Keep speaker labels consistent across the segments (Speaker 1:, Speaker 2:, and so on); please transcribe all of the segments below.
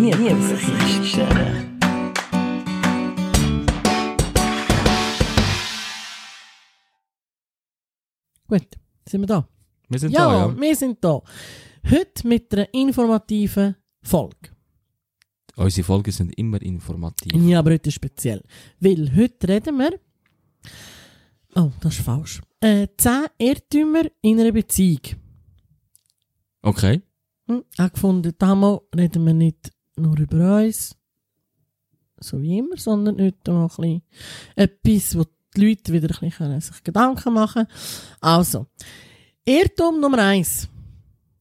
Speaker 1: nie jest źle.
Speaker 2: Gut, sind wir da?
Speaker 3: Wir sind
Speaker 2: ja,
Speaker 3: da, ja.
Speaker 2: wir sind da. Heute mit einer informativen Folge.
Speaker 3: Unsere Folgen sind immer informativ.
Speaker 2: Ja, aber heute ist speziell. Weil heute reden wir. Oh, das ist falsch. Äh, 10 Irrtümer in einer Beziehung.
Speaker 3: Okay.
Speaker 2: Hm, auch gefunden, damals reden wir nicht nur über uns, so wie immer, sondern heute mal ein bisschen etwas, wo die Leute wieder ein bisschen können sich Gedanken machen können. Also, Irrtum Nummer eins.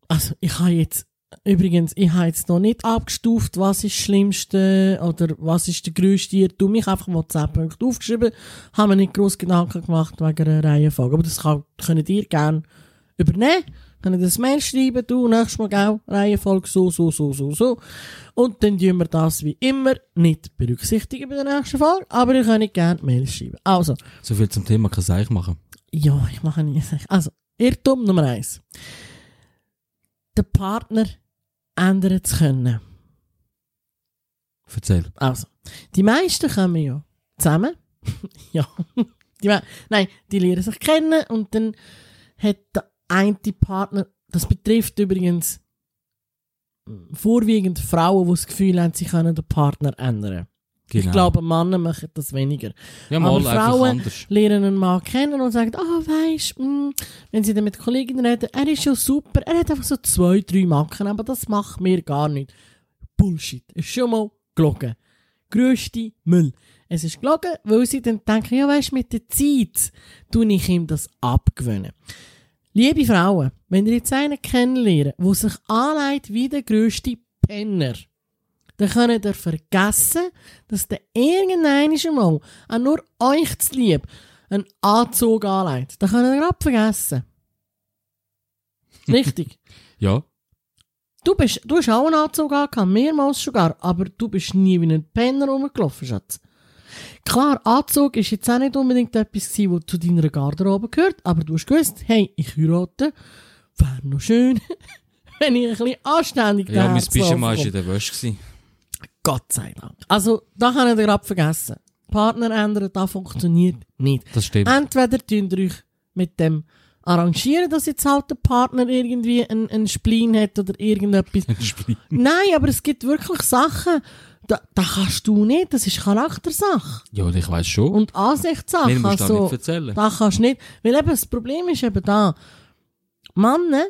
Speaker 2: Also, ich habe jetzt, übrigens, ich habe jetzt noch nicht abgestuft, was ist das Schlimmste oder was ist der grösste Irrtum. Ich habe einfach mal 10 Punkte aufgeschrieben, habe mir nicht groß Gedanken gemacht wegen einer Reihenfolge. Aber das kann, könnt ihr gerne übernehmen. Können das Mail schreiben, du, nächstes Mal auch Reihenfolge so, so, so, so, so. Und dann tun wir das wie immer nicht berücksichtigen bei der nächsten Folge, aber ihr könnt gerne Mail schreiben. Also,
Speaker 3: So viel zum Thema kann ich machen.
Speaker 2: ja, ich mache nie Sachen. Also, Irrtum Nummer eins. Den Partner ändern zu können.
Speaker 3: Erzähl.
Speaker 2: Also, die meisten kommen ja zusammen. ja. Die, me- nein, die lernen sich kennen und dann hat der eine Partner, das betrifft übrigens hm, vorwiegend Frauen, die das Gefühl haben, sie können den Partner ändern. Ich
Speaker 3: Genau.
Speaker 2: glaube, Männer machen das weniger.
Speaker 3: ja, mal
Speaker 2: aber
Speaker 3: einfach
Speaker 2: Frauen-
Speaker 3: anders.
Speaker 2: lernen einen Mann kennen und sagen, ah, oh, weisst, mm, wenn sie dann mit Kolleginnen reden, er ist schon super, er hat einfach so zwei, drei Macken, aber das macht mir gar nicht. Bullshit. Ist schon mal gelogen. Grösste Müll. Es ist gelogen, weil sie dann denken, ja weisst, mit der Zeit tue ich ihm das abgewöhnen. Liebe Frauen, wenn ihr jetzt einen kennenlernt, der sich anlegt wie der grösste Penner, dann könnt ihr vergessen, dass der irgendein Mal an nur euch zu lieb einen Anzug anlegt. Dann könnt ihr ab vergessen. Richtig.
Speaker 3: Ja.
Speaker 2: Du, bist, du hast auch einen Anzug angehabt, mehrmals sogar, aber du bist nie wie ein Penner rumgelaufen, Schatz. Klar, Anzug ist jetzt auch nicht unbedingt etwas gewesen, was zu deiner Garderobe gehört, aber du hast gewusst, hey, ich heirate, wäre noch schön, wenn ich ein bisschen anständig
Speaker 3: Ja, mein
Speaker 2: dahergelaufen
Speaker 3: Bischem war
Speaker 2: komme.
Speaker 3: in der Wäsche. gewesen.
Speaker 2: Gott sei Dank. Also, da kann ich gerade vergessen. Partner ändern, das funktioniert nicht.
Speaker 3: Das stimmt.
Speaker 2: Entweder tun ihr euch mit dem arrangieren, dass jetzt halt der Partner irgendwie einen, einen Spleen hat oder irgendetwas.
Speaker 3: Spiel.
Speaker 2: Nein, aber es gibt wirklich Sachen, da, da kannst du nicht. Das ist Charaktersache
Speaker 3: Ja, ich weiß schon.
Speaker 2: und Ansichtssache.
Speaker 3: Mir musst du
Speaker 2: also,
Speaker 3: das nicht erzählen.
Speaker 2: da kannst du nicht. Weil eben das Problem ist eben da, Männer,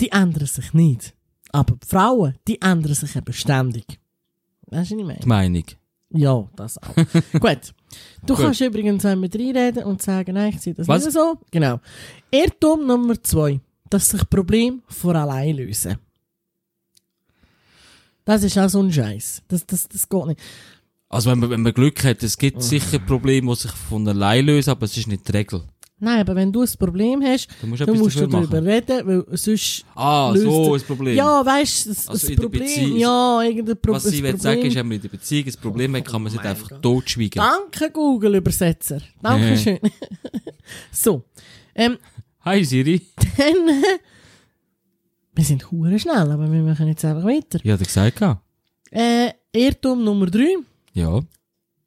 Speaker 2: die ändern sich nicht. Aber die Frauen, die ändern sich eben ständig. Weißt du, was ich meine?
Speaker 3: Die Meinung.
Speaker 2: Ja, das auch. Gut. Du
Speaker 3: Gut.
Speaker 2: kannst übrigens auch mit reinreden und sagen, nein, ich sehe das
Speaker 3: Was?
Speaker 2: nicht so. Genau. Irrtum Nummer zwei, dass sich Probleme von allein lösen. Das ist auch so ein Scheiß. Das, das, das geht nicht.
Speaker 3: Also, wenn man, wenn man Glück hat, es
Speaker 2: Ah.
Speaker 3: gibt sicher Probleme, die sich von allein lösen, aber es ist nicht die Regel.
Speaker 2: Nein, aber wenn du ein Problem hast,
Speaker 3: Du musst
Speaker 2: dann
Speaker 3: etwas
Speaker 2: musst du
Speaker 3: dafür
Speaker 2: darüber
Speaker 3: machen.
Speaker 2: reden, weil sonst.
Speaker 3: Ah,
Speaker 2: löst
Speaker 3: so
Speaker 2: er-
Speaker 3: ein Problem.
Speaker 2: Ja, weißt du, das,
Speaker 3: Also
Speaker 2: das
Speaker 3: in der
Speaker 2: Problem.
Speaker 3: Beziehung-
Speaker 2: Ja, irgendein Pro
Speaker 3: Was
Speaker 2: ein
Speaker 3: ich will
Speaker 2: Problem. Oh
Speaker 3: sagen, ist, wenn man in der Beziehung ein Problem hat, kann man es nicht
Speaker 2: mein
Speaker 3: einfach
Speaker 2: Gott.
Speaker 3: totschweigen.
Speaker 2: Danke, Google-Übersetzer. Dankeschön. so. Ähm,
Speaker 3: Hi Siri.
Speaker 2: dann. äh, Wir sind hure schnell, aber wir machen jetzt einfach weiter.
Speaker 3: Ich hatte gesagt, ja.
Speaker 2: Äh, Irrtum Nummer 3.
Speaker 3: Ja.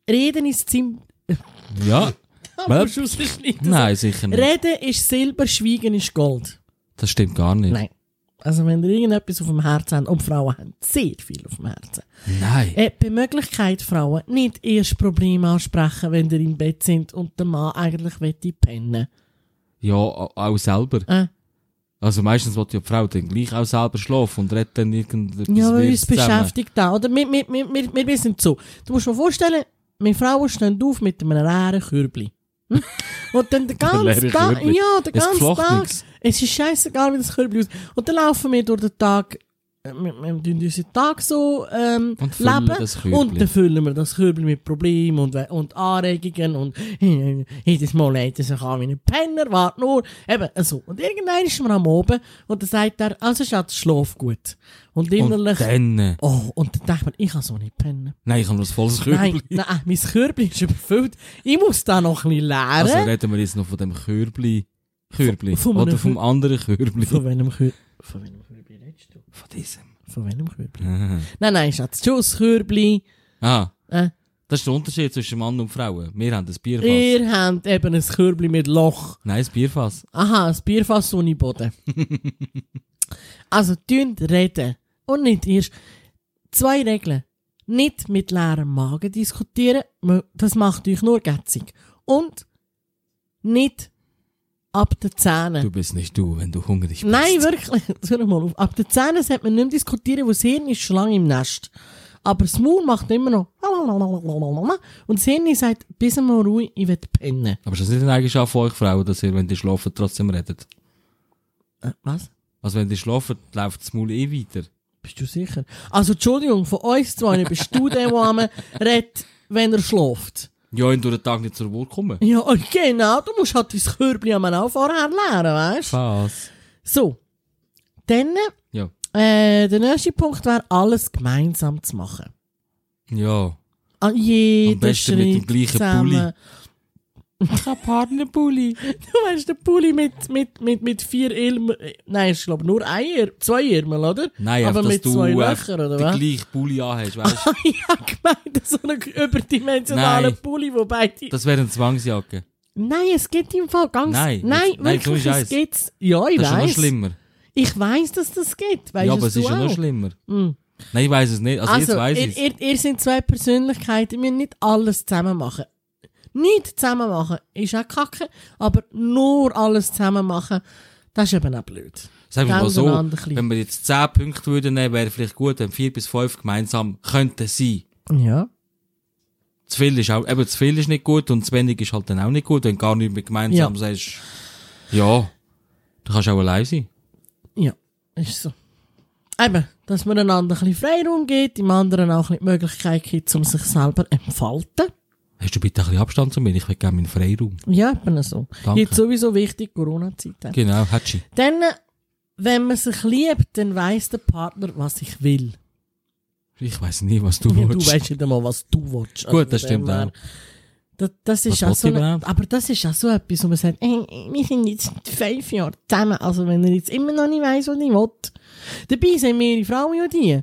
Speaker 2: Reden ist Ah, Zim.
Speaker 3: Ja.
Speaker 2: Aber
Speaker 3: Wel-
Speaker 2: schon so schlimm.
Speaker 3: Nein, sicher nicht.
Speaker 2: Reden ist Silber, Schweigen ist Gold.
Speaker 3: Das stimmt gar nicht.
Speaker 2: Nein. Also, wenn ihr irgendetwas auf dem Herzen habt, und Frauen haben sehr viel auf dem Herzen.
Speaker 3: Nein.
Speaker 2: Äh, bei Möglichkeit, Frauen, nicht erst Probleme ansprechen, wenn ihr im Bett sind und der Mann eigentlich wette pennen.
Speaker 3: Ja, au- auch selber.
Speaker 2: Äh,
Speaker 3: Also meistens will ja die Frau dann gleich auch selber schlafen und redet dann irgendetwas
Speaker 2: ja, weil
Speaker 3: Wirres
Speaker 2: uns beschäftigt auch. Oder wir, wir, wir, wir, wir sind so. Du musst dir vorstellen, wir Frauen stehen auf mit einem leeren Körbli. Hm? Und dann den ganzen
Speaker 3: leeren
Speaker 2: Tag,
Speaker 3: Körbli.
Speaker 2: ja, den
Speaker 3: Es
Speaker 2: ganzen
Speaker 3: geflocht
Speaker 2: Tag,
Speaker 3: nix.
Speaker 2: es ist scheißegal, wie das Körbli aussieht. Und dann laufen wir durch den Tag, äh, wir, wir tun unseren Tag so ähm,
Speaker 3: Und füllen
Speaker 2: leben.
Speaker 3: das Körbli.
Speaker 2: Und dann füllen wir das Körbli mit Problemen und, und Anregungen und äh, jedes Mal legt er sich an wie ein Penner, warte nur. Eben, so. Und irgendwann ist man am Oben und dann sagt er, also Schatz, schlaf gut. Und innerlich...
Speaker 3: Und dann... äh,
Speaker 2: Oh, und dann denkt man, ich kann so nicht pennen. ah,
Speaker 3: Nein, ich habe noch ein volles
Speaker 2: Nein,
Speaker 3: Körbli.
Speaker 2: nein, mein Körbchen ist überfüllt. Ich muss da noch ein bisschen
Speaker 3: Also
Speaker 2: leeren.
Speaker 3: reden wir jetzt noch von dem Körbli. Körbli.
Speaker 2: Von- von
Speaker 3: Oder
Speaker 2: einem
Speaker 3: vom anderen Körbli.
Speaker 2: von welchem Körbchen? Von welchem Körbchen redest redest du?
Speaker 3: Von diesem.
Speaker 2: Von welchem Kürbli? Nein, nein, Schatz, Tschüss, Kürbli.
Speaker 3: ah,
Speaker 2: Äh,
Speaker 3: das ist der Unterschied zwischen Mann und Frau. Wir haben ein Bierfass.
Speaker 2: ihr habt eben ein Kürbli mit Loch.
Speaker 3: Nein, ein Bierfass.
Speaker 2: Aha, ein Bierfass ohne Boden. also, tünt reden. Und nicht erst. Zwei Regeln. Nicht mit leerem Magen diskutieren, weil das macht euch nur gätzig. Und nicht ab den Zähnen.
Speaker 3: Du bist nicht du, wenn du hungrig bist.
Speaker 2: Nein, wirklich. Jetzt hör mal auf. Ab den Zähnen sollte man nicht mehr diskutieren, weil das Hirn ist schon lange im Nest. Aber das Maul macht immer noch und das Hirn sagt, bis mal ruhig, ich will pennen.
Speaker 3: Aber ist das nicht eine Eigenschaft von euch Frauen, dass ihr, wenn ihr schlafen, trotzdem redet?
Speaker 2: Äh, was?
Speaker 3: Also wenn ihr schlafen, läuft das Maul eh weiter.
Speaker 2: Bist du sicher? Also, Entschuldigung, von uns zwei nicht bist du der, der am redet, wenn er schläft.
Speaker 3: Ja, und durch den Tag nicht zur Ruhe kommen.
Speaker 2: Ja, und genau, du musst halt dein Körbchen am auch vorher lernen, weißt du?
Speaker 3: Was?
Speaker 2: So. Dann,
Speaker 3: Ja.
Speaker 2: äh, der nächste Punkt wäre, alles gemeinsam zu machen.
Speaker 3: Ja.
Speaker 2: An jedem
Speaker 3: Am besten mit dem
Speaker 2: Schritt
Speaker 3: gleichen
Speaker 2: zusammen.
Speaker 3: Ich hab Partnerbulli.
Speaker 2: Du meinst den Pulli mit, mit, mit, mit vier Irmen. Nein, ich glaube nur ein Irm, zwei Irmen, oder?
Speaker 3: Nein,
Speaker 2: Aber
Speaker 3: einfach,
Speaker 2: mit
Speaker 3: dass
Speaker 2: zwei
Speaker 3: du äh,
Speaker 2: Löchern, oder was?
Speaker 3: den gleichen Bulli anhast, weißt du?
Speaker 2: ich habe gemeint, so einen überdimensionalen
Speaker 3: Nein.
Speaker 2: Pulli, wo beide...
Speaker 3: Das wäre eine Zwangsjacke.
Speaker 2: Nein, es gibt im Fall ganz...
Speaker 3: Nein,
Speaker 2: nein,
Speaker 3: das- nein, so
Speaker 2: wirklich,
Speaker 3: ist
Speaker 2: es
Speaker 3: es.
Speaker 2: gibt's. Ja, ich
Speaker 3: Das ist ja noch
Speaker 2: weiß.
Speaker 3: schlimmer.
Speaker 2: Ich weiß, dass das gibt. Weißt
Speaker 3: ja, aber
Speaker 2: du
Speaker 3: es ist ja noch
Speaker 2: auch? Hm.
Speaker 3: schlimmer. Nein, ich weiß es nicht. Also,
Speaker 2: Also,
Speaker 3: jetzt weiß
Speaker 2: ihr,
Speaker 3: ich
Speaker 2: ihr, ihr sind zwei Persönlichkeiten, wir müssen nicht alles zusammen machen. Nicht zusammen machen ist auch kacke, aber nur alles zusammen machen, das ist eben auch blöd.
Speaker 3: Sagen wir mal
Speaker 2: Ganz
Speaker 3: so,
Speaker 2: einander klein.
Speaker 3: wenn wir jetzt 10 Punkte würden nehmen, wäre vielleicht gut, wenn 4 bis 5 gemeinsam könnten sein.
Speaker 2: Ja.
Speaker 3: Zu viel ist auch, eben zu viel ist nicht gut und zu wenig ist halt dann auch nicht gut, wenn gar nicht mehr gemeinsam
Speaker 2: Ja.
Speaker 3: sagst, ja, du kannst auch allein sein.
Speaker 2: Ja, ist so. Eben, dass man einander ein bisschen Freiraum gibt, dem anderen auch ein bisschen die Möglichkeit gibt, um sich selber entfalten.
Speaker 3: Hast du bitte ein bisschen Abstand zu mir? Ich will gerne meinen Freiraum.
Speaker 2: Ja, eben so.
Speaker 3: Danke.
Speaker 2: Jetzt sowieso wichtig, Corona-Zeiten.
Speaker 3: Genau, Hatschi.
Speaker 2: Dann, wenn man sich liebt, dann weiss der Partner, was ich will.
Speaker 3: Ich weiß nie, was du
Speaker 2: Ja, du
Speaker 3: willst.
Speaker 2: weißt nicht einmal, was du willst.
Speaker 3: Gut, das
Speaker 2: von
Speaker 3: stimmt
Speaker 2: dem her.
Speaker 3: auch.
Speaker 2: Das, das ist
Speaker 3: Was
Speaker 2: auch so
Speaker 3: will ich
Speaker 2: eine,
Speaker 3: überhaupt?
Speaker 2: aber das ist auch so etwas, wo man sagt, hey, wir sind jetzt fünf Jahre zusammen, also wenn er jetzt immer noch nicht weiss, was ich will. Dabei sind wir Frauen ja die,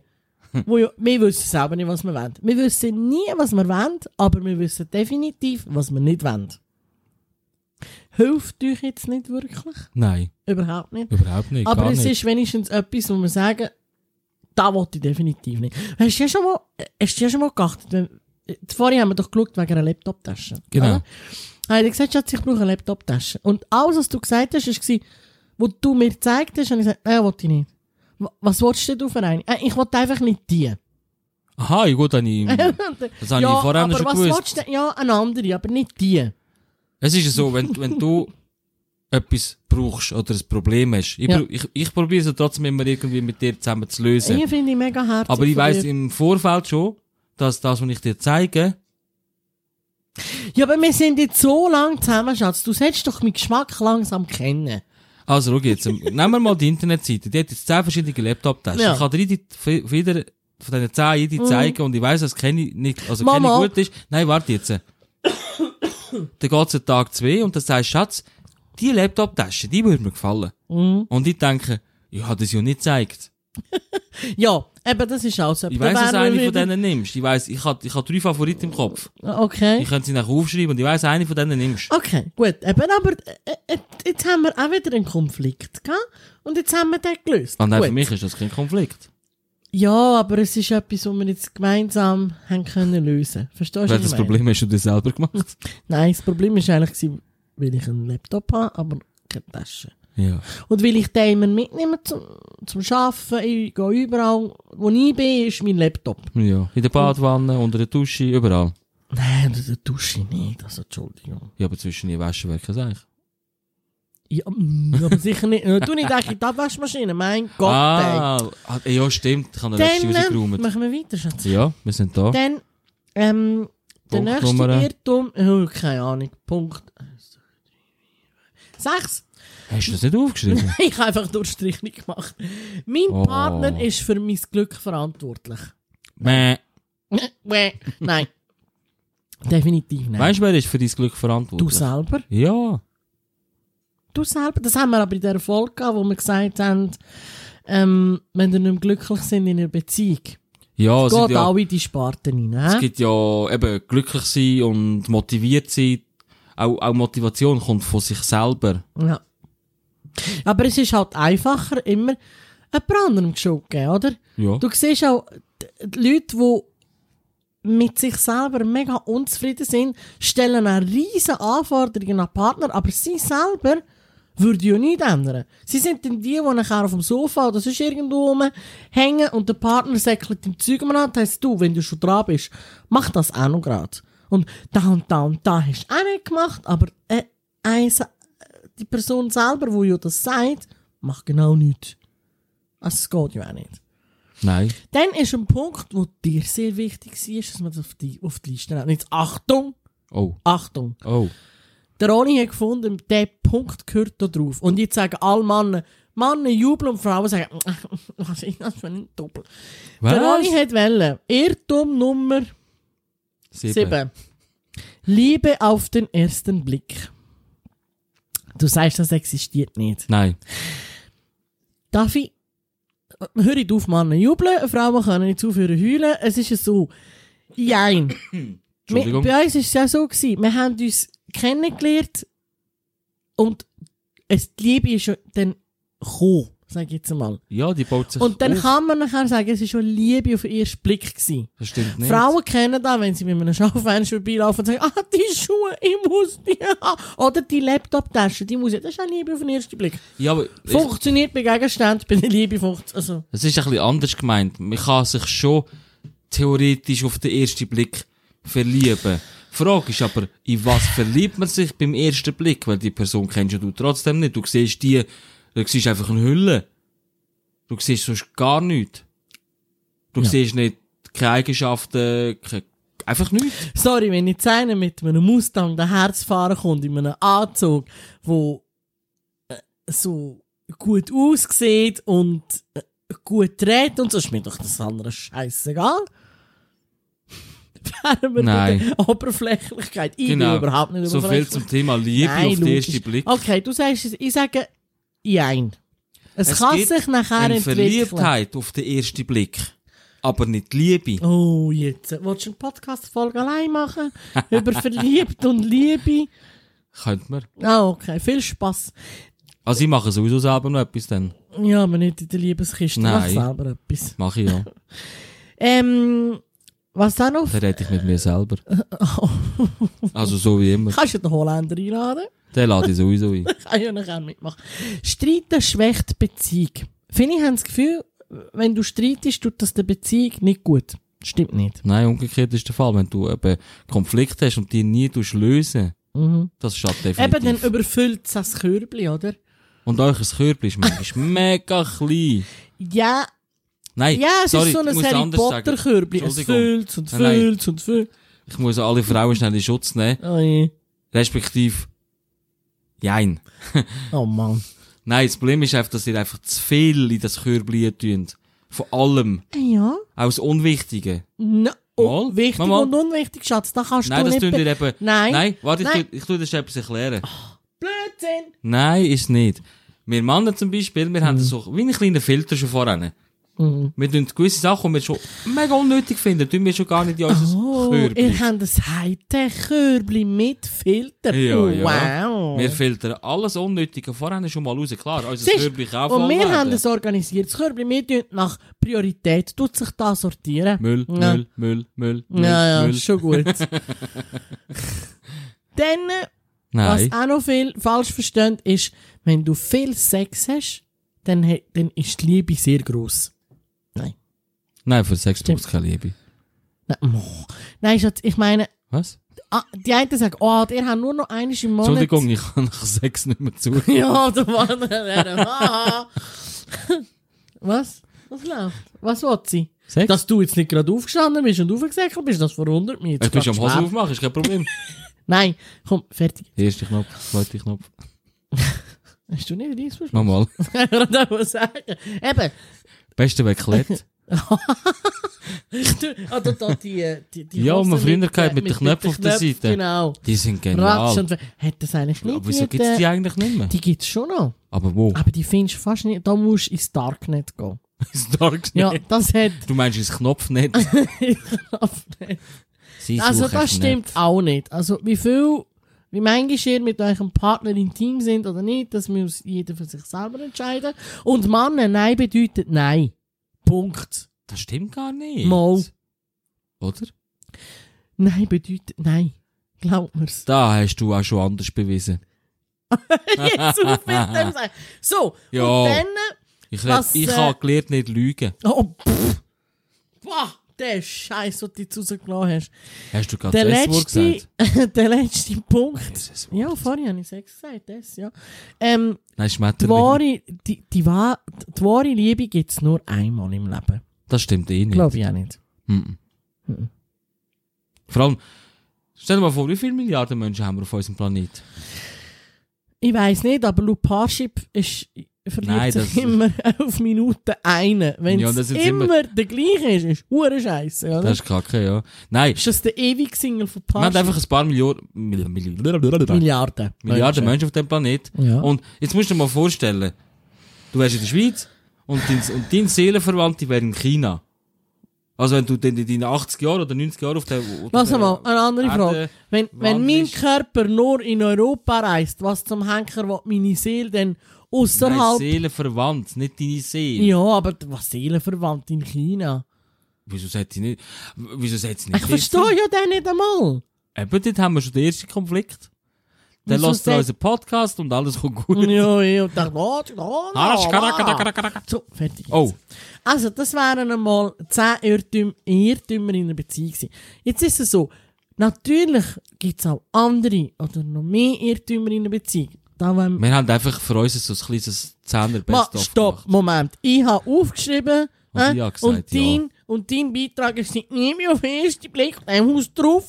Speaker 2: wo ja, wir wissen selber nicht, was wir wollen. Wir wissen nie, was wir wollen, aber wir wissen definitiv, was wir nicht wollen. Hilft euch jetzt nicht wirklich?
Speaker 3: Nein,
Speaker 2: Überhaupt nicht.
Speaker 3: überhaupt nicht.
Speaker 2: Aber
Speaker 3: gar
Speaker 2: es
Speaker 3: nicht.
Speaker 2: ist wenigstens etwas, wo wir sagen, da wollte ich definitiv nicht. Hast du ja schon mal, äh, hast du ja schon mal geachtet, wenn, äh, vorher haben wir doch geschaut wegen einer Laptop-Tasche.
Speaker 3: Genau.
Speaker 2: oder? Habe ich gesagt, Schatz, ich brauche eine Laptop-Tasche. Und alles, was du gesagt hast, war, was du mir gezeigt hast, habe ich gesagt, nein, wollte ich nicht. Wa- Was willst du denn für eine? Äh, ich wollte einfach nicht die. äh,
Speaker 3: Aha, ja gut, dann ich, Mhm. das habe ich vorher
Speaker 2: aber
Speaker 3: schon
Speaker 2: was
Speaker 3: gewusst.
Speaker 2: willst du denn? Ja, eine andere, aber nicht die.
Speaker 3: Es ist ja so, wenn, wenn du etwas brauchst oder ein Problem hast, ich,
Speaker 2: Ja.
Speaker 3: prob- ich, ich probiere es ja trotzdem immer irgendwie mit dir zusammen zu lösen.
Speaker 2: Die finde ich mega herzig.
Speaker 3: Aber ich
Speaker 2: von
Speaker 3: weiss
Speaker 2: dir.
Speaker 3: im Vorfeld schon, dass das, was ich dir zeige,
Speaker 2: Ja, aber wir sind jetzt so lange zusammen, Schatz. Du solltest doch meinen Geschmack langsam kennen.
Speaker 3: also schau jetzt, ähm, nehmen wir mal die Internetseite, die hat jetzt 10 verschiedene Laptop-Taschen.
Speaker 2: Ja. Mhm.
Speaker 3: Ich kann dir jede- f- jeder von diesen 10 jede zeigen und ich weiss, dass keine nicht, also keine
Speaker 2: Mama.
Speaker 3: gut ist. Nein, warte jetzt. Dann geht's einen Tag zwei und dann sagst du, Schatz, die Laptop-Tasche, die würde mir gefallen.
Speaker 2: Mhm.
Speaker 3: Und ich denke, ich habe das ja nicht gezeigt.
Speaker 2: Ja, eben, das ist auch so.
Speaker 3: Ich
Speaker 2: Da
Speaker 3: weiss, dass du
Speaker 2: wären
Speaker 3: eine
Speaker 2: wir
Speaker 3: von
Speaker 2: wieder-
Speaker 3: denen nimmst. Ich weiss, ich habe ich hab drei Favoriten im Kopf.
Speaker 2: Okay.
Speaker 3: Ich könnte sie nachher aufschreiben und ich weiss, eine von denen nimmst.
Speaker 2: Okay, gut. Eben, aber äh, äh, jetzt haben wir auch wieder einen Konflikt, gell? Und jetzt haben wir den gelöst.
Speaker 3: Und auch
Speaker 2: gut.
Speaker 3: Ah, für mich ist das kein Konflikt.
Speaker 2: Ja, aber es ist etwas, was wir jetzt gemeinsam haben können lösen. Verstehst du?
Speaker 3: Weil
Speaker 2: was ich
Speaker 3: das
Speaker 2: meine?
Speaker 3: Problem hast du dir selber gemacht.
Speaker 2: Nein, das Problem ist eigentlich, gewesen, weil ich einen Laptop habe, aber keine Tasche.
Speaker 3: Ja.
Speaker 2: Und weil ich den immer mitnehme zum, zum Arbeiten, ich gehe überall, wo ich bin, ist mein Laptop.
Speaker 3: ja. In der Badwanne, unter der Dusche, überall.
Speaker 2: Nein, unter der Dusche nicht, also Entschuldigung.
Speaker 3: Ja, aber zwischen den Wäsche wäre kein Seich.
Speaker 2: Ja, mm, aber sicher nicht. Äh, Du nicht eigentlich die Abwaschmaschine, mein Gott. ey.
Speaker 3: Ah, ah, ja, stimmt. Ich habe den letzten
Speaker 2: Dann ähm,
Speaker 3: rausgeräumt.
Speaker 2: machen wir weiter, Schatz.
Speaker 3: Ja, wir sind da.
Speaker 2: Dann, ähm, der
Speaker 3: Punkt
Speaker 2: nächste
Speaker 3: Nummer-
Speaker 2: Irrtum, oh, keine Ahnung, Punkt. Sechs.
Speaker 3: Hast du das nicht aufgeschrieben?
Speaker 2: Ich habe einfach Durchstrichung gemacht. Mein
Speaker 3: Oh.
Speaker 2: Partner ist für mein Glück verantwortlich.
Speaker 3: Mäh.
Speaker 2: Mäh. nein. Definitiv nein.
Speaker 3: Weißt du, wer ist für dein Glück
Speaker 2: du
Speaker 3: verantwortlich?
Speaker 2: selber?
Speaker 3: Ja.
Speaker 2: Du selber? Das haben wir aber in der Folge gehabt, wo wir gesagt haben, ähm, wenn ihr nicht mehr glücklich sind in einer Beziehung,
Speaker 3: Ja, es,
Speaker 2: geht
Speaker 3: sind ja,
Speaker 2: auch in die Sparten rein.
Speaker 3: es
Speaker 2: hä?
Speaker 3: gibt ja eben glücklich sein und motiviert sein. Auch, auch Motivation kommt von sich selber.
Speaker 2: Ja. Aber es ist halt einfacher, immer jemand anderem die Schuld zu geben, oder?
Speaker 3: Ja.
Speaker 2: Du siehst auch die- die Leute, die mit sich selber mega unzufrieden sind, stellen eine riesige Anforderungen an Partner, aber sie selber würden ja nichts ändern. Sie sind dann die, die nachher auf dem Sofa oder sonst irgendwo rumhängen und der Partner säckelt im Zeug um das heisst du, wenn du schon dran bist, mach das auch noch gerade. Und da und da und da hast du auch nicht gemacht, aber äh, eins- äh, die Person selber, die ja das sagt, macht genau nichts. Also es geht ja auch nicht.
Speaker 3: Nein.
Speaker 2: Dann ist ein Punkt, wo dir sehr wichtig war, dass man das auf die, auf die Liste nimmt. Jetzt Achtung,
Speaker 3: Oh.
Speaker 2: Achtung.
Speaker 3: Oh.
Speaker 2: Der Ronny hat gefunden, der Punkt gehört da drauf. Und jetzt sagen alle Männer, Männer jubeln und Frauen sagen, was ist das für ein Doppel? Der Ronny hat wollen, Irrtum Nummer
Speaker 3: Sieben.
Speaker 2: 7. Liebe auf den ersten Blick. Du sagst, das existiert nicht.
Speaker 3: Nein.
Speaker 2: Darf ich? Hört auf, Männer jubeln, Frauen können nicht aufhören heulen. Es ist ja so. Jein.
Speaker 3: Entschuldigung.
Speaker 2: Wir, bei uns war es ja so. Gewesen. Wir haben uns kennengelernt und es, die Liebe ist schon dann gekommen, sage ich jetzt mal.
Speaker 3: Ja, die baut sich
Speaker 2: Und dann
Speaker 3: auf.
Speaker 2: kann man nachher sagen, es war schon Liebe auf den ersten Blick. Gewesen.
Speaker 3: Das stimmt nicht.
Speaker 2: Frauen kennen das, wenn sie mit einem Schaufenster vorbeilaufen und sagen, ah, die Schuhe, ich muss die haben. Oder die Laptop-Tasche, die muss ich. Das ist auch Liebe auf den ersten Blick.
Speaker 3: Ja, aber ich-
Speaker 2: Funktioniert bei Gegenständen, bei der Liebe funktioniert. Also.
Speaker 3: es ist ein bisschen anders gemeint. Man kann sich schon theoretisch auf den ersten Blick verlieben. Die Frage ist aber, in was verliebt man sich beim ersten Blick? Weil die Person kennst ja du trotzdem nicht. Du siehst die, du siehst einfach eine Hülle. Du siehst sonst gar nichts. Du siehst nicht keine Eigenschaften, keine, einfach nichts.
Speaker 2: Sorry, wenn jetzt einer mit einem Mustang daher zu fahren kommt, in einem Anzug, wo äh, so gut aussieht und äh, gut redet und so, ist mir doch das andere scheißegal. Wären wir
Speaker 3: Nein.
Speaker 2: bei der Oberflächlichkeit. Ich
Speaker 3: Genau.
Speaker 2: bin überhaupt nicht
Speaker 3: So viel
Speaker 2: oberflächlich.
Speaker 3: zum Thema Liebe auf den
Speaker 2: logisch.
Speaker 3: ersten Blick.
Speaker 2: Okay, du sagst es, ich sage jein. Es,
Speaker 3: Es
Speaker 2: kann
Speaker 3: gibt
Speaker 2: sich nachher
Speaker 3: Eine
Speaker 2: entwickeln.
Speaker 3: Verliebtheit auf den ersten Blick. Aber nicht Liebe.
Speaker 2: Oh, jetzt. Willst du eine Podcast-Folge allein machen? Über Verliebt und Liebe?
Speaker 3: Könnte man.
Speaker 2: Ah, okay. Viel Spass.
Speaker 3: Also ich mache sowieso selber noch etwas, dann
Speaker 2: Ja, aber nicht in der Liebeskiste. Mach
Speaker 3: Nein.
Speaker 2: selber etwas.
Speaker 3: mache ich ja.
Speaker 2: Ähm, was dann noch?
Speaker 3: Dann rede ich mit mir selber. Also so wie immer.
Speaker 2: Kannst du den Holländer einladen?
Speaker 3: Den lade ich sowieso ein.
Speaker 2: Kann ja nachher mitmachen. Streiten schwächt die Beziehung. Viele haben das Gefühl, wenn du streitest, tut das der Beziehung nicht gut. Stimmt nicht.
Speaker 3: Nein, umgekehrt ist der Fall. Wenn du eben Konflikt hast und die nie tust lösen,
Speaker 2: Mhm.
Speaker 3: das schadet
Speaker 2: Eben, dann
Speaker 3: definitiv.
Speaker 2: überfüllt es das Körbchen, oder?
Speaker 3: und euch ein Körbchen ist manchmal mega klein.
Speaker 2: Ja,
Speaker 3: Nein,
Speaker 2: ja es
Speaker 3: sorry,
Speaker 2: ist so
Speaker 3: ich
Speaker 2: ein
Speaker 3: muss es
Speaker 2: Harry
Speaker 3: anders
Speaker 2: potter
Speaker 3: sagen.
Speaker 2: Körbchen. Es
Speaker 3: Entschuldigung.
Speaker 2: füllt und
Speaker 3: Nein, nein.
Speaker 2: füllt und füllt.
Speaker 3: Ich muss alle Frauen schnell in Schutz nehmen.
Speaker 2: Oh, je.
Speaker 3: Respektive, jein.
Speaker 2: oh Mann.
Speaker 3: Nein, das Problem ist einfach, dass ihr einfach zu viel in das Körbchen tun. Von allem.
Speaker 2: Ja.
Speaker 3: Auch das Unwichtige.
Speaker 2: No.
Speaker 3: Mal.
Speaker 2: oh, wichtig
Speaker 3: Mal, mal.
Speaker 2: und unwichtig, Schatz, da kannst
Speaker 3: Nein,
Speaker 2: du
Speaker 3: das
Speaker 2: nicht...
Speaker 3: tun
Speaker 2: be-
Speaker 3: ihr eben...
Speaker 2: Nein.
Speaker 3: Nein, warte, ich,
Speaker 2: Nein.
Speaker 3: Tu, ich tu dir das etwas erklären.
Speaker 2: Blödsinn!
Speaker 3: Nein, ist nicht. Wir Männer zum Beispiel, wir haben
Speaker 2: Hmm.
Speaker 3: so wie einen kleinen Filter schon voran. Wir tun gewisse Sachen, die wir schon mega unnötig finden, tun wir schon gar nicht in unser
Speaker 2: Oh,
Speaker 3: Körbchen.
Speaker 2: ihr habt ein Hightech-Körbli mit Filter.
Speaker 3: Ja,
Speaker 2: oh,
Speaker 3: ja.
Speaker 2: Wow.
Speaker 3: Wir filtern alles Unnötige voran schon mal raus. Klar, unser
Speaker 2: Siehst,
Speaker 3: Körbchen kann
Speaker 2: und
Speaker 3: voll
Speaker 2: wir
Speaker 3: werden.
Speaker 2: haben ein organisiertes Körbli. Wir tun nach Priorität, tut sich da sortieren.
Speaker 3: Müll,
Speaker 2: Ja.
Speaker 3: Müll, Müll, Müll, Müll,
Speaker 2: Ja, ja,
Speaker 3: Müll.
Speaker 2: ist schon gut. Dann, äh,
Speaker 3: Nein.
Speaker 2: was auch noch viel falsch verstehen, ist, wenn du viel Sex hast, dann, he- dann ist die Liebe sehr gross. Nein.
Speaker 3: Nein, für Sex braucht keine Liebe.
Speaker 2: Nein, moch. Nein, Schatz, ich meine,
Speaker 3: Was?
Speaker 2: Ah, die einen sagen, oh, ihr habt nur noch eine im Monat.
Speaker 3: Entschuldigung, ich kann nach Sex nicht mehr zu.
Speaker 2: Ja, der Mann. der- ah. Was? Was läuft? Was will sie?
Speaker 3: Sex?
Speaker 2: Dass du jetzt nicht gerade aufgestanden bist und aufgesäckelt bist, das verwundert mich.
Speaker 3: du
Speaker 2: Jetzt
Speaker 3: kannst am Hose
Speaker 2: schwer.
Speaker 3: aufmachen, ist kein Problem.
Speaker 2: Nein, komm, fertig.
Speaker 3: Erster Knopf, zweiter Knopf.
Speaker 2: Hast du nicht Reissverschluss?
Speaker 3: Nochmal.
Speaker 2: das muss sagen. Eben,
Speaker 3: Beste Wegklett.
Speaker 2: du, also da oh, die, eh, die, die
Speaker 3: Ja,
Speaker 2: Hosen
Speaker 3: man früher gehabt mit den Knöpfen auf der
Speaker 2: Knöpfen,
Speaker 3: Seite.
Speaker 2: Genau.
Speaker 3: Die sind
Speaker 2: Ratsch
Speaker 3: genial.
Speaker 2: und Hat das eigentlich nicht
Speaker 3: Aber wieso
Speaker 2: mit,
Speaker 3: gibt's
Speaker 2: äh,
Speaker 3: die eigentlich nicht mehr?
Speaker 2: Die gibt's schon noch.
Speaker 3: Aber wo?
Speaker 2: Aber Ah, die findest du fast nicht. Da musst du ins Darknet gehen.
Speaker 3: Ins Darknet?
Speaker 2: Ah. Ja, das hat.
Speaker 3: Du meinst ins Knopfnet? Sie
Speaker 2: also,
Speaker 3: suchen
Speaker 2: das stimmt
Speaker 3: Knöpfe.
Speaker 2: auch nicht. Also, wie viel, wie manchmal ihr mit eurem Partner im Team sind oder nicht, das muss jeder für sich selber entscheiden. Und Männer, nein bedeutet nein. Punkt.
Speaker 3: Das stimmt gar nicht.
Speaker 2: Mal.
Speaker 3: Oder?
Speaker 2: Nein bedeutet nein. Glaubt mir's.
Speaker 3: Da hast du auch schon anders bewiesen.
Speaker 2: Jetzt auf mit dem sein. So,
Speaker 3: Ja.
Speaker 2: und dann,
Speaker 3: Ich,
Speaker 2: Was,
Speaker 3: red, ich
Speaker 2: äh,
Speaker 3: habe gelernt, nicht lügen.
Speaker 2: oh, pff. Boah, der Scheiß, den du jetzt rausgelassen hast.
Speaker 3: Hast du gerade
Speaker 2: Der
Speaker 3: das Wort
Speaker 2: letzte,
Speaker 3: gesagt?
Speaker 2: der letzte Punkt.
Speaker 3: Das S-Wort.
Speaker 2: Ja, vorhin habe ich sechs gesagt, das, ja. Ähm,
Speaker 3: Nein,
Speaker 2: die
Speaker 3: Schmetterling.
Speaker 2: wahre, die, die, wahr- die wahre Liebe gibt's nur einmal im Leben.
Speaker 3: Das stimmt eh nicht.
Speaker 2: Glaube ich auch nicht.
Speaker 3: Mhm. Vor allem, stell dir mal vor, wie viele Milliarden Menschen haben wir auf unserem Planet?
Speaker 2: Ich weiß nicht, aber laut Parship ist, verliebt
Speaker 3: Nein,
Speaker 2: sich
Speaker 3: das-
Speaker 2: immer auf Minute eine. Wenn
Speaker 3: Ja,
Speaker 2: es
Speaker 3: das ist
Speaker 2: immer,
Speaker 3: immer-
Speaker 2: der gleiche ist, ist hure Scheiße, oder?
Speaker 3: Das ist kacke, ja. Nein,
Speaker 2: ist das der ewige Single von
Speaker 3: wir haben
Speaker 2: Parship?
Speaker 3: einfach ein paar Millionen, Milliarden
Speaker 2: Milliarden.
Speaker 3: Menschen auf dem Planet.
Speaker 2: Ja.
Speaker 3: Und jetzt musst du dir mal vorstellen, du wärst in der Schweiz und dein, und dein Seelenverwandte wäre in China. Also wenn du dann in deinen 80 Jahren oder 90 Jahren auf der... auf
Speaker 2: Lass
Speaker 3: der-
Speaker 2: mal, eine andere
Speaker 3: Erde-
Speaker 2: Frage. Wenn, wenn mein
Speaker 3: wandelst.
Speaker 2: Körper nur in Europa reist, was zum Henker will meine Seele denn
Speaker 3: Nein,
Speaker 2: außerhalb...
Speaker 3: Seelenverwandt, nicht deine Seele.
Speaker 2: Ja, aber was Seelenverwandt in China?
Speaker 3: Wieso sagt sie nicht... Wieso sagt sie nicht... um?
Speaker 2: Ich verstehe ja den nicht einmal.
Speaker 3: Eben, dort haben wir schon den ersten Konflikt. Dann
Speaker 2: Wieso
Speaker 3: lasst ihr
Speaker 2: sagt-
Speaker 3: unseren Podcast und alles kommt gut. Ah,
Speaker 2: ja, ja, und dachte, oh, oh, oh,
Speaker 3: Haraschkarakarakarakarak.
Speaker 2: So, fertig. jetzt.
Speaker 3: Oh,
Speaker 2: Also, das wären einmal 10 Irrtüm Irrtümer in einer Beziehung gewesen. Jetzt ist es so, natürlich gibt es auch andere oder noch mehr Irrtümer in einer Beziehung. Da wollen
Speaker 3: wir haben einfach für uns so ein kleines zehner
Speaker 2: Ma,
Speaker 3: best
Speaker 2: stopp, Moment. Ich habe aufgeschrieben
Speaker 3: Und
Speaker 2: äh,
Speaker 3: ich habe gesagt,
Speaker 2: und, dein, und dein Beitrag ist nicht mehr auf den ersten Blick auf dem Haus drauf.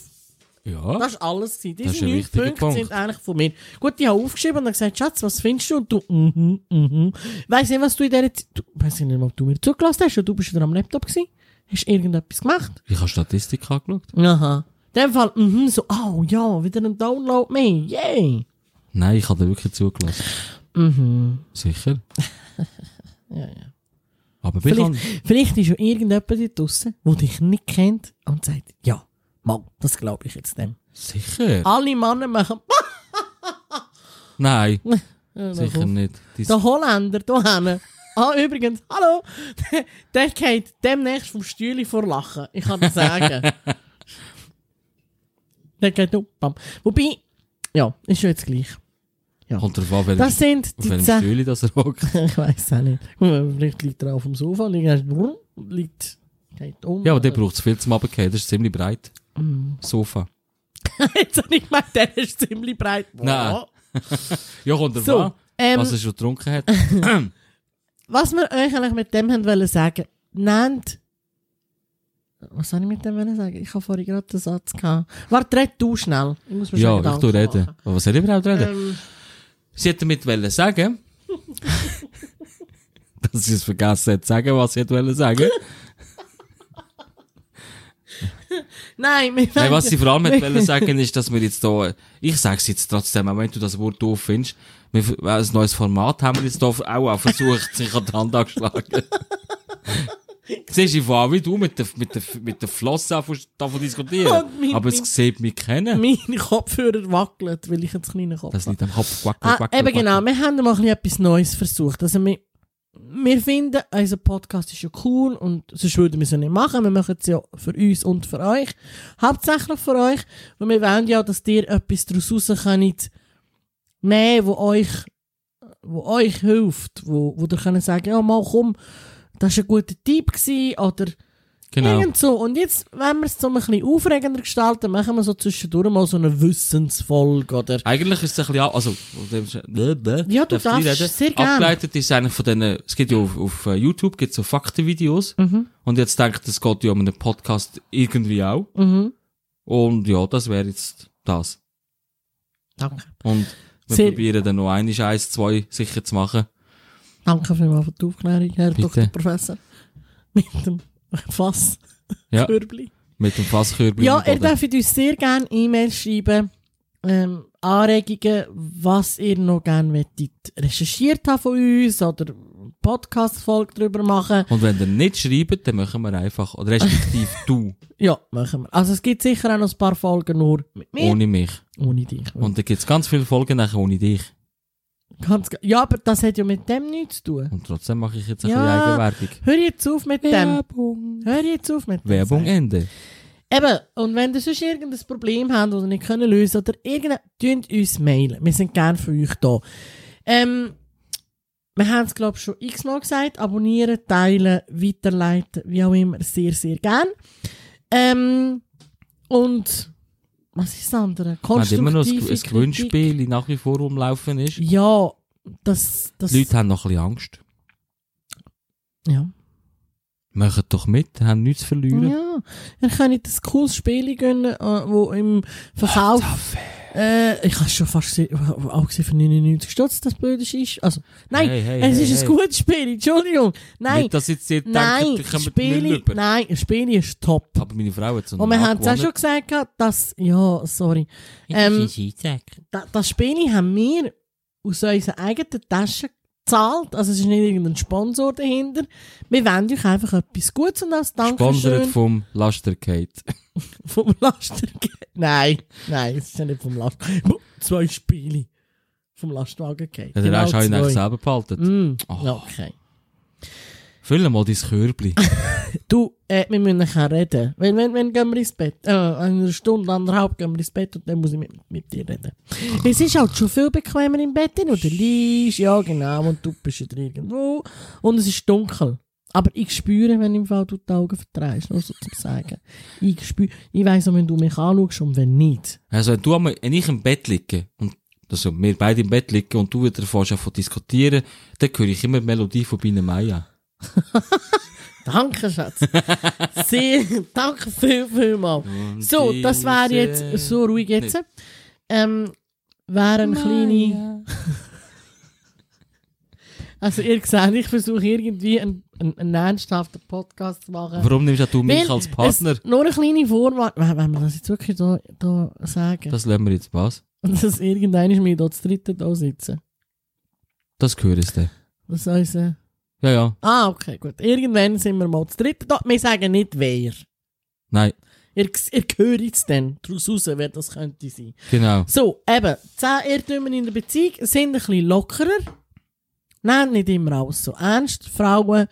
Speaker 3: Ja,
Speaker 2: Das ist alles. gewesen.
Speaker 3: Das ist
Speaker 2: Diese
Speaker 3: ein
Speaker 2: neun
Speaker 3: wichtiger
Speaker 2: Punkte
Speaker 3: Punkt.
Speaker 2: sind eigentlich von mir. Gut, ich habe aufgeschrieben und dann gesagt, Schatz, was findest du? Und du, mhm, mhm. Weiss nicht, was du in dieser Zeit, du- weiss ich nicht, mal, ob du mir zugelassen hast, oder du bist wieder am Laptop gewesen. Hast irgendetwas gemacht?
Speaker 3: ich habe Statistik angeschaut.
Speaker 2: Aha. In dem Fall, mhm, so, oh ja, wieder ein Download mehr, yay.
Speaker 3: Nein, ich habe da wirklich zugelassen.
Speaker 2: Mhm.
Speaker 3: Sicher.
Speaker 2: Ja, ja.
Speaker 3: Aber wir
Speaker 2: Vielleicht,
Speaker 3: haben...
Speaker 2: vielleicht ist ja irgendjemand da draussen, der dich nicht kennt und sagt, ja, Mann, das glaube ich jetzt dem.
Speaker 3: Sicher?
Speaker 2: Alle Männer machen,
Speaker 3: Nein,
Speaker 2: Ja,
Speaker 3: sicher
Speaker 2: doch.
Speaker 3: nicht. Die
Speaker 2: Der Holländer da hinten. Ah, übrigens, hallo! Der geht demnächst vom Stühle vor Lachen. Ich kann das sagen. Der geht um. Bam. Wobei, ja, ist ja jetzt gleich.
Speaker 3: kommt drauf an,
Speaker 2: Das
Speaker 3: welchem-
Speaker 2: sind
Speaker 3: auf
Speaker 2: die
Speaker 3: welchem
Speaker 2: zehn.
Speaker 3: Stühle das er hockt.
Speaker 2: Ich weiß auch nicht. Vielleicht liegt er auf dem Sofa, liegt er wurm, liegt, geht um.
Speaker 3: Ja, aber der braucht es viel zum Runtergehen. Das ist ziemlich breit.
Speaker 2: Mm.
Speaker 3: Sofa.
Speaker 2: Jetzt habe ich gemeint, der ist ziemlich breit. Boah.
Speaker 3: Nein. Ja, kommt drauf
Speaker 2: So,
Speaker 3: an,
Speaker 2: ähm,
Speaker 3: Nou, was er schon getrunken hat.
Speaker 2: Was wir euch eigentlich mit dem haben wollen sagen, nennt. Was soll ich mit dem wollen sagen? Ich habe vorhin gerade den Satz gehabt. Warte, red du schnell. Ich muss mir
Speaker 3: Ja,
Speaker 2: schon
Speaker 3: ich tu
Speaker 2: Gedanken
Speaker 3: reden.
Speaker 2: machen.
Speaker 3: Aber was soll ich überhaupt reden?
Speaker 2: Ähm,
Speaker 3: Sie hat damit wollen sagen, dass sie es vergessen hat zu sagen, was sie hat wollen sagen.
Speaker 2: nein, wir
Speaker 3: Nein, was sie vor allem hat
Speaker 2: wir-
Speaker 3: wollen sagen, ist, dass wir jetzt da, ich sag's jetzt trotzdem, auch wenn du das Wort doof findest, wir, ein neues Format haben wir jetzt da auch, auch versucht, sich an die Hand angeschlagen. Siehst du, ich fahre wie du mit der, mit der, mit der Flosse an von- davon diskutieren.
Speaker 2: Und mein-
Speaker 3: Aber
Speaker 2: mein-
Speaker 3: es sieht mich kennen.
Speaker 2: Meine Kopfhörer wackeln, weil ich einen kleinen Kopf
Speaker 3: Das
Speaker 2: habe.
Speaker 3: liegt am Kopf. Quack, quack,
Speaker 2: Ah,
Speaker 3: quack,
Speaker 2: eben
Speaker 3: quack.
Speaker 2: genau, wir haben mal ein bisschen etwas Neues versucht. Also wir, wir finden, unser Podcast ist ja cool und sonst würden wir es ja nicht machen. Wir machen es ja für uns und für euch. Hauptsächlich für euch, weil wir wollen ja, dass ihr etwas daraus raus könnt nehmen, wo euch, wo euch hilft, wo, wo ihr könnt sagen, ja mal komm, das war ein guter Tipp gewesen, oder
Speaker 3: Genau.
Speaker 2: Irgend so. Und jetzt, wenn wir es so ein bisschen aufregender gestalten, machen wir so zwischendurch mal so eine Wissensfolge, oder?
Speaker 3: Eigentlich ist es ein bisschen, ab- also,
Speaker 2: Ja,
Speaker 3: ja,
Speaker 2: du darfst sehr gerne.
Speaker 3: Abgeleitet ist eigentlich von denen, es gibt ja auf, auf äh, YouTube gibt's so Faktenvideos. Und jetzt denkt, es geht ja um einen Podcast irgendwie auch.
Speaker 2: Mhm.
Speaker 3: Und ja, das wäre jetzt das.
Speaker 2: Danke.
Speaker 3: Und wir
Speaker 2: Sehr-
Speaker 3: probieren dann noch eines, eins, zwei sicher zu machen.
Speaker 2: Danke vielmals für die Aufklärung, Herr
Speaker 3: Bitte.
Speaker 2: Dr. Professor. Mit dem Fass.
Speaker 3: Ja.
Speaker 2: Körbli.
Speaker 3: Mit dem Fasskörper.
Speaker 2: Ja,
Speaker 3: im
Speaker 2: ihr
Speaker 3: Boden.
Speaker 2: dürft uns sehr gerne E-Mails schreiben. Ähm, Anregungen, was ihr noch gerne wettet, recherchiert habt von uns oder Podcast-Folge darüber machen.
Speaker 3: Und wenn ihr nicht schreibt, dann machen wir einfach, oder respektive du,
Speaker 2: Ja, machen wir. Also es gibt sicher auch noch ein paar Folgen nur mit mir.
Speaker 3: ohne mich.
Speaker 2: Ohne dich.
Speaker 3: Und da gibt's ganz viele Folgen nachher ohne dich.
Speaker 2: Ganz, ge- ja, aber das hat ja mit dem nichts zu tun.
Speaker 3: Und trotzdem mache ich jetzt ein
Speaker 2: Ja.
Speaker 3: bisschen Eigenwerbung.
Speaker 2: Hör jetzt auf mit dem.
Speaker 3: Werbung.
Speaker 2: Hör jetzt auf mit dem.
Speaker 3: Werbung Ende.
Speaker 2: Eben, und wenn ihr sonst irgendein Problem habt oder nicht können lösen oder irgendein, tünt uns mailen. Wir sind gerne für euch da. Ähm, wir haben es, glaube ich, schon x-mal gesagt. Abonnieren, teilen, weiterleiten, wie auch immer, sehr, sehr gern. Ähm, und was ist das andere?
Speaker 3: Man hat immer noch ein, ein
Speaker 2: Konstruktive Kritik.
Speaker 3: Gewinnspiel, das nach wie vor rumlaufen ist.
Speaker 2: Ja, das, das,
Speaker 3: Die Leute haben noch ein bisschen Angst.
Speaker 2: ja.
Speaker 3: Machen doch mit, haben nichts zu verlieren.
Speaker 2: Ja, ihr könnt ein cooles Spiel gönnen, äh, wo im Verkauf... Äh, ich habe schon fast se- auch gesehen für 99 Stutz, das blöde ist. Also, nein,
Speaker 3: Hey, hey,
Speaker 2: es
Speaker 3: hey,
Speaker 2: ist
Speaker 3: hey.
Speaker 2: ein gutes Spiel, Entschuldigung. Nein,
Speaker 3: Nicht, dass jetzt ihr denkt,
Speaker 2: nein,
Speaker 3: ihr kommt
Speaker 2: Spiele-
Speaker 3: nicht rüber.
Speaker 2: nein, das Spiel ist top.
Speaker 3: Aber meine Frau hat so
Speaker 2: Und wir haben es auch schon gesagt, gehabt, dass, ja, sorry, ähm, da, das Spiel haben wir aus unserer eigenen Tasche gezahlt, also es ist nicht irgendein Sponsor dahinter. Wir wollen euch einfach etwas Gutes und als
Speaker 3: Gesponsert
Speaker 2: Dankeschön
Speaker 3: vom Lastergate.
Speaker 2: vom Laster geben. Nein, nein, es ist ja nicht vom Laster. Zwei Spiele vom Lastwagen gegeben.
Speaker 3: Ja, Den Rest habe ich nachher selber behalten.
Speaker 2: Mm,
Speaker 3: Oh.
Speaker 2: okay.
Speaker 3: Füll mal dein Körbli.
Speaker 2: Du, äh, wir müssen nachher reden. Wenn, wenn, wenn gehen wir ins Bett? Äh, eine Stunde, anderthalb gehen wir ins Bett und dann muss ich mit, mit dir reden. Es ist halt schon viel bequemer im Bett, oder? Du liegst, ja genau, und du bist ja drin irgendwo. Und es ist dunkel. Aber ich spüre, wenn im Fall du die Augen vertreibst, nur so zu sagen. Ich spüre, ich weiss auch, wenn du mich anschaust und wenn nicht.
Speaker 3: Also, wenn du einmal, wenn ich im Bett liege, und, also, wir beide im Bett liegen, und du wieder fährst an zu diskutieren, dann höre ich immer die Melodie von Biene Maya.
Speaker 2: Danke, Schatz. Sehr, danke viel, viel mal. So, das war jetzt so ruhig jetzt. Ähm, wären kleine. Also, ihr seht, ich versuche irgendwie einen, einen, einen ernsthaften Podcast zu machen.
Speaker 3: Warum nimmst auch du mich
Speaker 2: Weil
Speaker 3: als Partner?
Speaker 2: Es, nur eine kleine Vorwarnung. Wenn, wenn wir das jetzt wirklich da, da sagen,
Speaker 3: Das lassen wir jetzt was.
Speaker 2: dass, dass irgendeiner mir da zu dritten da sitzen.
Speaker 3: Das gehört es dann.
Speaker 2: Das heißt, äh,
Speaker 3: Ja, ja.
Speaker 2: ah, okay, gut. Irgendwann sind wir mal zu dritten da. Wir sagen nicht wer.
Speaker 3: Nein,
Speaker 2: Ihr, ihr hört es dann daraus raus, wer das könnte sein.
Speaker 3: genau.
Speaker 2: So, eben, 10 Irrtümer in der Beziehung sind ein bisschen lockerer. Nein, nicht immer alles so ernst. Frauen,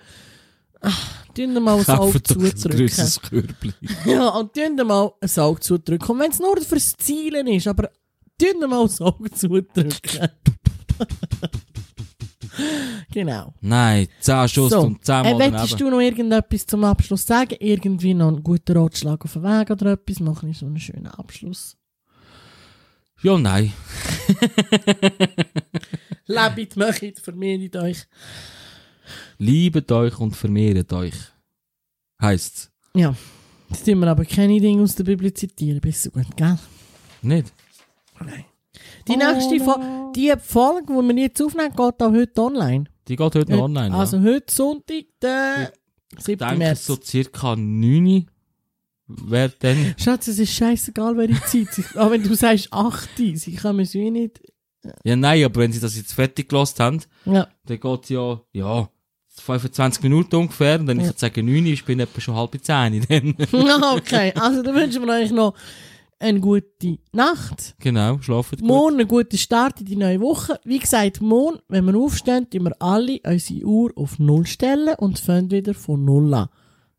Speaker 2: ach, tun dir mal ein Auge
Speaker 3: Kauft doch ein
Speaker 2: zudrücken.
Speaker 3: grösseres Körbli.
Speaker 2: Ja, und tun dir mal ein Auge zudrücken. Und wenn es nur fürs Zielen ist, aber tun dir mal ein Auge zudrücken. genau.
Speaker 3: Nein, 10 Schuss
Speaker 2: So,
Speaker 3: und 10
Speaker 2: Äh,
Speaker 3: Mal
Speaker 2: Wettest
Speaker 3: daneben.
Speaker 2: du noch irgendetwas zum Abschluss sagen? Irgendwie noch einen guten Ratschlag auf den Weg oder etwas? Mach ich so einen schönen Abschluss.
Speaker 3: Ja, nein.
Speaker 2: Lebt, macht, vermehrt euch.
Speaker 3: Liebet euch und vermehret euch. Heisst's.
Speaker 2: Ja, jetzt tun wir aber keine Dinge aus der Bibel zitieren. Bist du gut, gell?
Speaker 3: Nicht?
Speaker 2: Nein. Die nächste Folge, die Folge, die wir jetzt aufnehmen, geht auch heute online.
Speaker 3: Die geht heute noch
Speaker 2: Heute-
Speaker 3: online.
Speaker 2: Also heute Sonntag, der
Speaker 3: ja.
Speaker 2: 7.
Speaker 3: Ich denke,
Speaker 2: März.
Speaker 3: so circa 9 wäre dann.
Speaker 2: Schatz, es ist scheißegal, welche Zeit. Sie- Auch wenn du sagst 8, sie können es wie nicht.
Speaker 3: Ja, nein, aber wenn sie das jetzt fertig gelost haben,
Speaker 2: Ja,
Speaker 3: dann geht ja, ja, 25 Minuten ungefähr. Und wenn ich
Speaker 2: Ja.
Speaker 3: jetzt sage 9, ich bin etwa schon halb 10 dann.
Speaker 2: okay. Also dann wünschen wir euch noch eine gute Nacht.
Speaker 3: genau, schlafen gut.
Speaker 2: Morgen einen guten Start in die neue Woche. Wie gesagt, morgen, wenn wir aufstehen, tun wir alle unsere Uhr auf Null stellen und fangen wieder von Null an.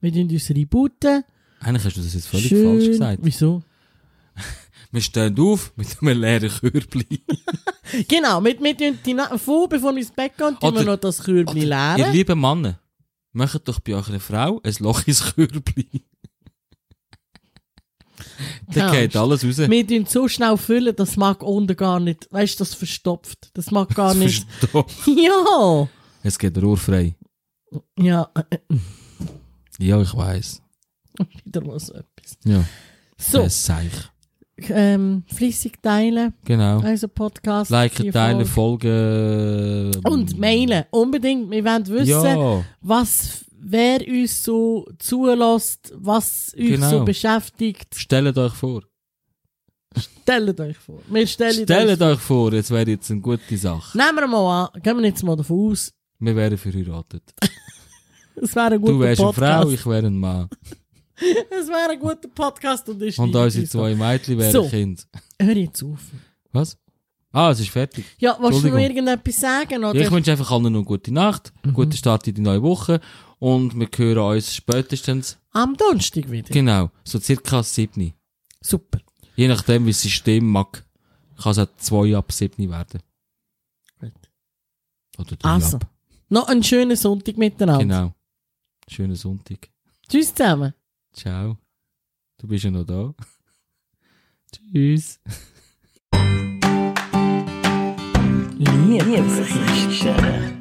Speaker 2: Wir tun uns rebooten.
Speaker 3: Eigentlich hast du das jetzt völlig
Speaker 2: Schön.
Speaker 3: falsch gesagt.
Speaker 2: Wieso?
Speaker 3: Wir stehen auf mit einem leeren Körbli.
Speaker 2: Genau, wir, wir tun die Na vor, bevor wir ins Bett gehen, tun wir
Speaker 3: Oder-
Speaker 2: noch das Kürbli
Speaker 3: Ihr
Speaker 2: leeren.
Speaker 3: lieben Männer, macht doch bei eurer Frau ein Loch ins Körbli. Dann
Speaker 2: Keine
Speaker 3: geht alles raus.
Speaker 2: Wir tun so schnell füllen, das mag unten gar nicht. Weißt du, das verstopft. Das mag gar
Speaker 3: Das
Speaker 2: nicht.
Speaker 3: verstehe-
Speaker 2: Ja!
Speaker 3: Es geht rohrfrei.
Speaker 2: Ja, äh, äh,
Speaker 3: Ja, ich weiss.
Speaker 2: wieder was etwas.
Speaker 3: Ja,
Speaker 2: So,
Speaker 3: das Seich.
Speaker 2: ähm, flüssig teilen,
Speaker 3: Genau.
Speaker 2: also Podcast.
Speaker 3: Liken,
Speaker 2: die
Speaker 3: teilen,
Speaker 2: Folge.
Speaker 3: folgen.
Speaker 2: Und mailen, unbedingt. Wir wollen wissen,
Speaker 3: Ja,
Speaker 2: was, wer uns so zulässt, was uns
Speaker 3: Genau.
Speaker 2: so beschäftigt.
Speaker 3: stellt euch vor.
Speaker 2: Stellt euch vor. Wir stellen
Speaker 3: Stellt
Speaker 2: vor.
Speaker 3: euch vor, jetzt wäre jetzt eine gute Sache.
Speaker 2: Nehmen wir mal an, gehen wir jetzt mal davon aus,
Speaker 3: Wir wären verheiratet.
Speaker 2: es wäre ein guter
Speaker 3: Du wärst eine
Speaker 2: Podcast.
Speaker 3: Frau, ich wäre ein Mann.
Speaker 2: Es wäre ein guter Podcast und ist
Speaker 3: Und
Speaker 2: nicht
Speaker 3: unsere
Speaker 2: so.
Speaker 3: zwei Mädchen wären
Speaker 2: So.
Speaker 3: Kind.
Speaker 2: Hör jetzt auf.
Speaker 3: Was? Ah, es ist fertig.
Speaker 2: Ja, willst du noch
Speaker 3: Entschuldigung.
Speaker 2: irgendetwas sagen? Oder?
Speaker 3: Ja, ich wünsche einfach allen noch eine gute Nacht,
Speaker 2: Mhm.
Speaker 3: guten Start in die neue Woche und wir hören uns spätestens,
Speaker 2: Am Donnerstag wieder.
Speaker 3: genau, so circa 7.
Speaker 2: Super.
Speaker 3: Je nachdem, wie das System mag, kann es auch 2 ab 7 werden.
Speaker 2: Gut.
Speaker 3: Oder 3
Speaker 2: Also,
Speaker 3: ab.
Speaker 2: noch einen schönen Sonntag miteinander.
Speaker 3: Genau. Schönen Sonntag.
Speaker 2: Tschüss zusammen.
Speaker 3: Ciao. Du bist ja noch da. Tschüss.
Speaker 2: Liebesgeschichten.